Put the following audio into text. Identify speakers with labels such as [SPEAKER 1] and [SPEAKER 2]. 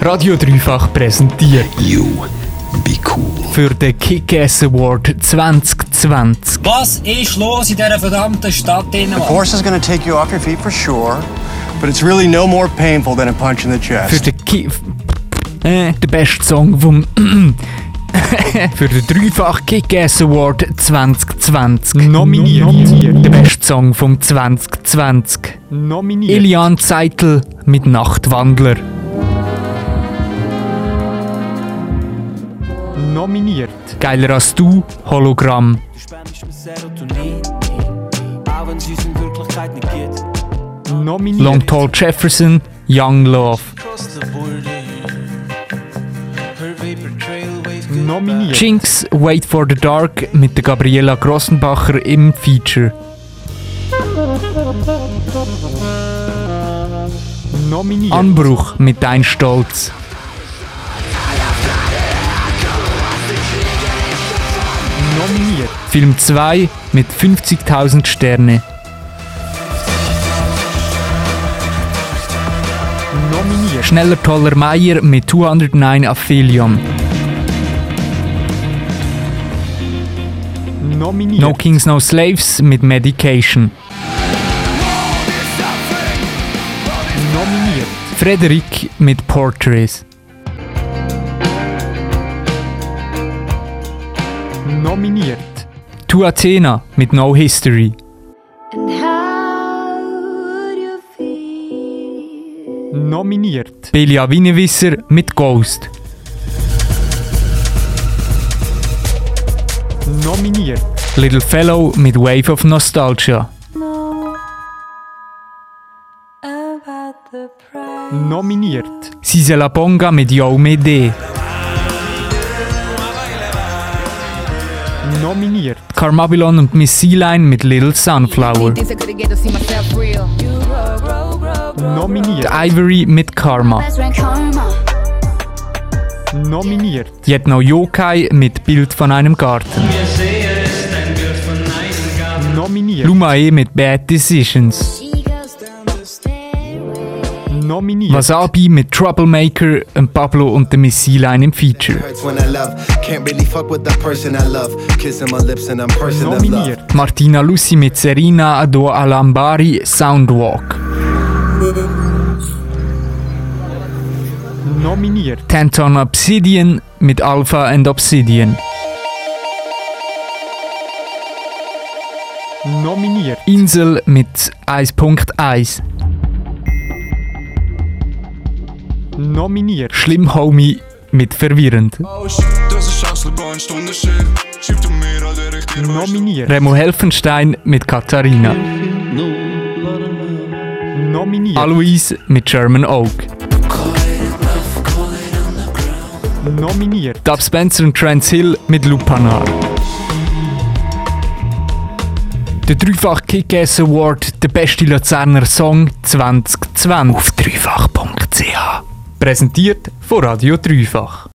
[SPEAKER 1] Radio Dreifach präsentiert
[SPEAKER 2] You be cool.
[SPEAKER 1] für den Kick-Ass Award 2020.
[SPEAKER 3] Was ist los in dieser verdammten Stadt Dänemark?
[SPEAKER 4] Force is going to take you off your feet for sure, but it's really no more painful than a punch in the
[SPEAKER 1] Für
[SPEAKER 4] chest.
[SPEAKER 1] den Ki äh, der beste Song vom für den Dreifach Kick-Ass Award 2020. Nominiert. Der beste Song vom 2020. Nominiert. Ilian Zeitel mit Nachtwandler. Nominiert. Geiler als du, Hologramm.
[SPEAKER 5] Du spendest mir Serotonin, auch wenn es uns in Wirklichkeit nicht gibt.
[SPEAKER 6] nominiert.
[SPEAKER 1] Long Tall Jefferson, Young Love.
[SPEAKER 5] Cross the border. Her vapor trail waves
[SPEAKER 6] nominiert.
[SPEAKER 1] Jinx, Wait for the Dark mit der Gabriela Grossenbacher im Feature.
[SPEAKER 6] nominiert.
[SPEAKER 1] Anbruch mit Dein Stolz.
[SPEAKER 6] nominiert.
[SPEAKER 1] Film 2 mit 50.000 Sterne.
[SPEAKER 6] Nominiert.
[SPEAKER 1] Schneller Toller Meier mit 209 Aphelion.
[SPEAKER 6] Nominiert.
[SPEAKER 1] No Kings No Slaves mit Medication.
[SPEAKER 6] nominiert.
[SPEAKER 1] Frederik mit Portraits.
[SPEAKER 6] Nominiert.
[SPEAKER 1] To Athena mit No History.
[SPEAKER 6] Nominiert.
[SPEAKER 1] Belia Wienewisser mit Ghost.
[SPEAKER 6] Nominiert.
[SPEAKER 1] Little Fellow mit Wave of Nostalgia.
[SPEAKER 6] Nominiert.
[SPEAKER 1] Sisela Bonga mit Yo Me De.
[SPEAKER 6] Nominiert.
[SPEAKER 1] Carmabilon und Miss Sealine mit Little Sunflower.
[SPEAKER 7] Things I could've get to see myself real.
[SPEAKER 6] Nominiert.
[SPEAKER 1] Ivory mit Karma.
[SPEAKER 6] Nominiert.
[SPEAKER 1] Yet No Yokai mit Bild von einem Garten.
[SPEAKER 6] Nominiert.
[SPEAKER 1] Lumae mit Bad Decisions.
[SPEAKER 6] Nominiert.
[SPEAKER 1] Wasabi mit Troublemaker und Pablo und der Miss Sealine im Feature.
[SPEAKER 8] hurts when I love. Can't really fuck with the person I love. Kissing my lips and I'm person of love.
[SPEAKER 6] Nominiert.
[SPEAKER 1] Martina Lucy mit Serena Ado Alambari Soundwalk.
[SPEAKER 6] Nominiert.
[SPEAKER 1] Tanton Obsidian mit Alpha and Obsidian.
[SPEAKER 6] Nominiert.
[SPEAKER 1] Insel mit 1.1.
[SPEAKER 6] Nominiert.
[SPEAKER 1] Schlimm Homie mit Verwirrend.
[SPEAKER 6] Nominiert.
[SPEAKER 1] Remo Helfenstein mit Katharina.
[SPEAKER 6] Nominiert.
[SPEAKER 1] Alois mit German Oak.
[SPEAKER 6] Nominiert.
[SPEAKER 1] Dub Spencer und Trent Hill mit Lupanar. Der dreifach Kick-Ass Award, der beste Luzerner Song 2020. Auf dreifach.ch. Präsentiert von Radio Dreifach.